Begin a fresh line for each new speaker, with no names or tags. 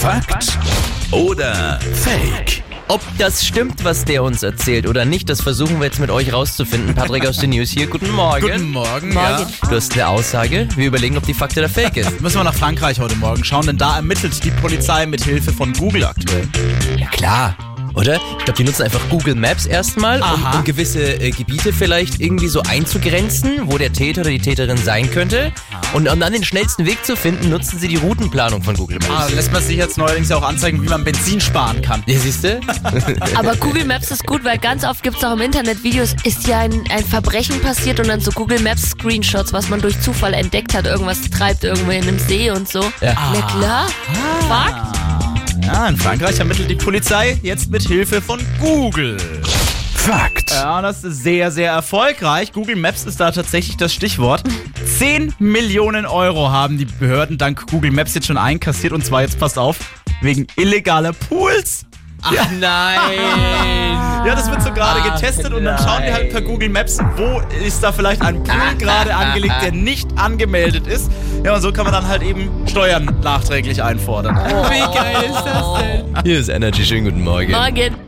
Fakt oder Fake?
Ob das stimmt, was der uns erzählt oder nicht, das versuchen wir jetzt mit euch rauszufinden. Patrick aus den News hier, guten Morgen.
Guten Morgen, ja.
Du hast eine Aussage, wir überlegen, ob die Fakt oder Fake ist.
Müssen wir nach Frankreich heute Morgen schauen, denn da ermittelt die Polizei mit Hilfe von Google aktuell.
Ja klar. Oder? Ich glaube, die nutzen einfach Google Maps erstmal, um,
Aha.
um gewisse äh, Gebiete vielleicht irgendwie so einzugrenzen, wo der Täter oder die Täterin sein könnte.
Ah.
Und um dann den schnellsten Weg zu finden, nutzen sie die Routenplanung von Google Maps.
Ah, lässt man sich jetzt neuerdings ja auch anzeigen, wie man Benzin sparen kann.
Ja, siehst du?
Aber Google Maps ist gut, weil ganz oft gibt es auch im Internet Videos, ist hier ein, ein Verbrechen passiert und dann so Google Maps Screenshots, was man durch Zufall entdeckt hat, irgendwas treibt irgendwo in einem See und so.
Ja.
Na klar. Fakt.
Ja, in Frankreich ermittelt die Polizei jetzt mit Hilfe von Google.
Fakt.
Ja, das ist sehr, sehr erfolgreich. Google Maps ist da tatsächlich das Stichwort. 10 Millionen Euro haben die Behörden dank Google Maps jetzt schon einkassiert und zwar jetzt passt auf, wegen illegaler Pools.
Ach nein!
Ja, das wird so gerade getestet und dann schauen wir halt per Google Maps, wo ist da vielleicht ein Pool gerade angelegt, der nicht angemeldet ist. Ja, und so kann man dann halt eben Steuern nachträglich einfordern.
Wie geil ist das denn? Hier ist Energy, schönen guten Morgen.
Morgen.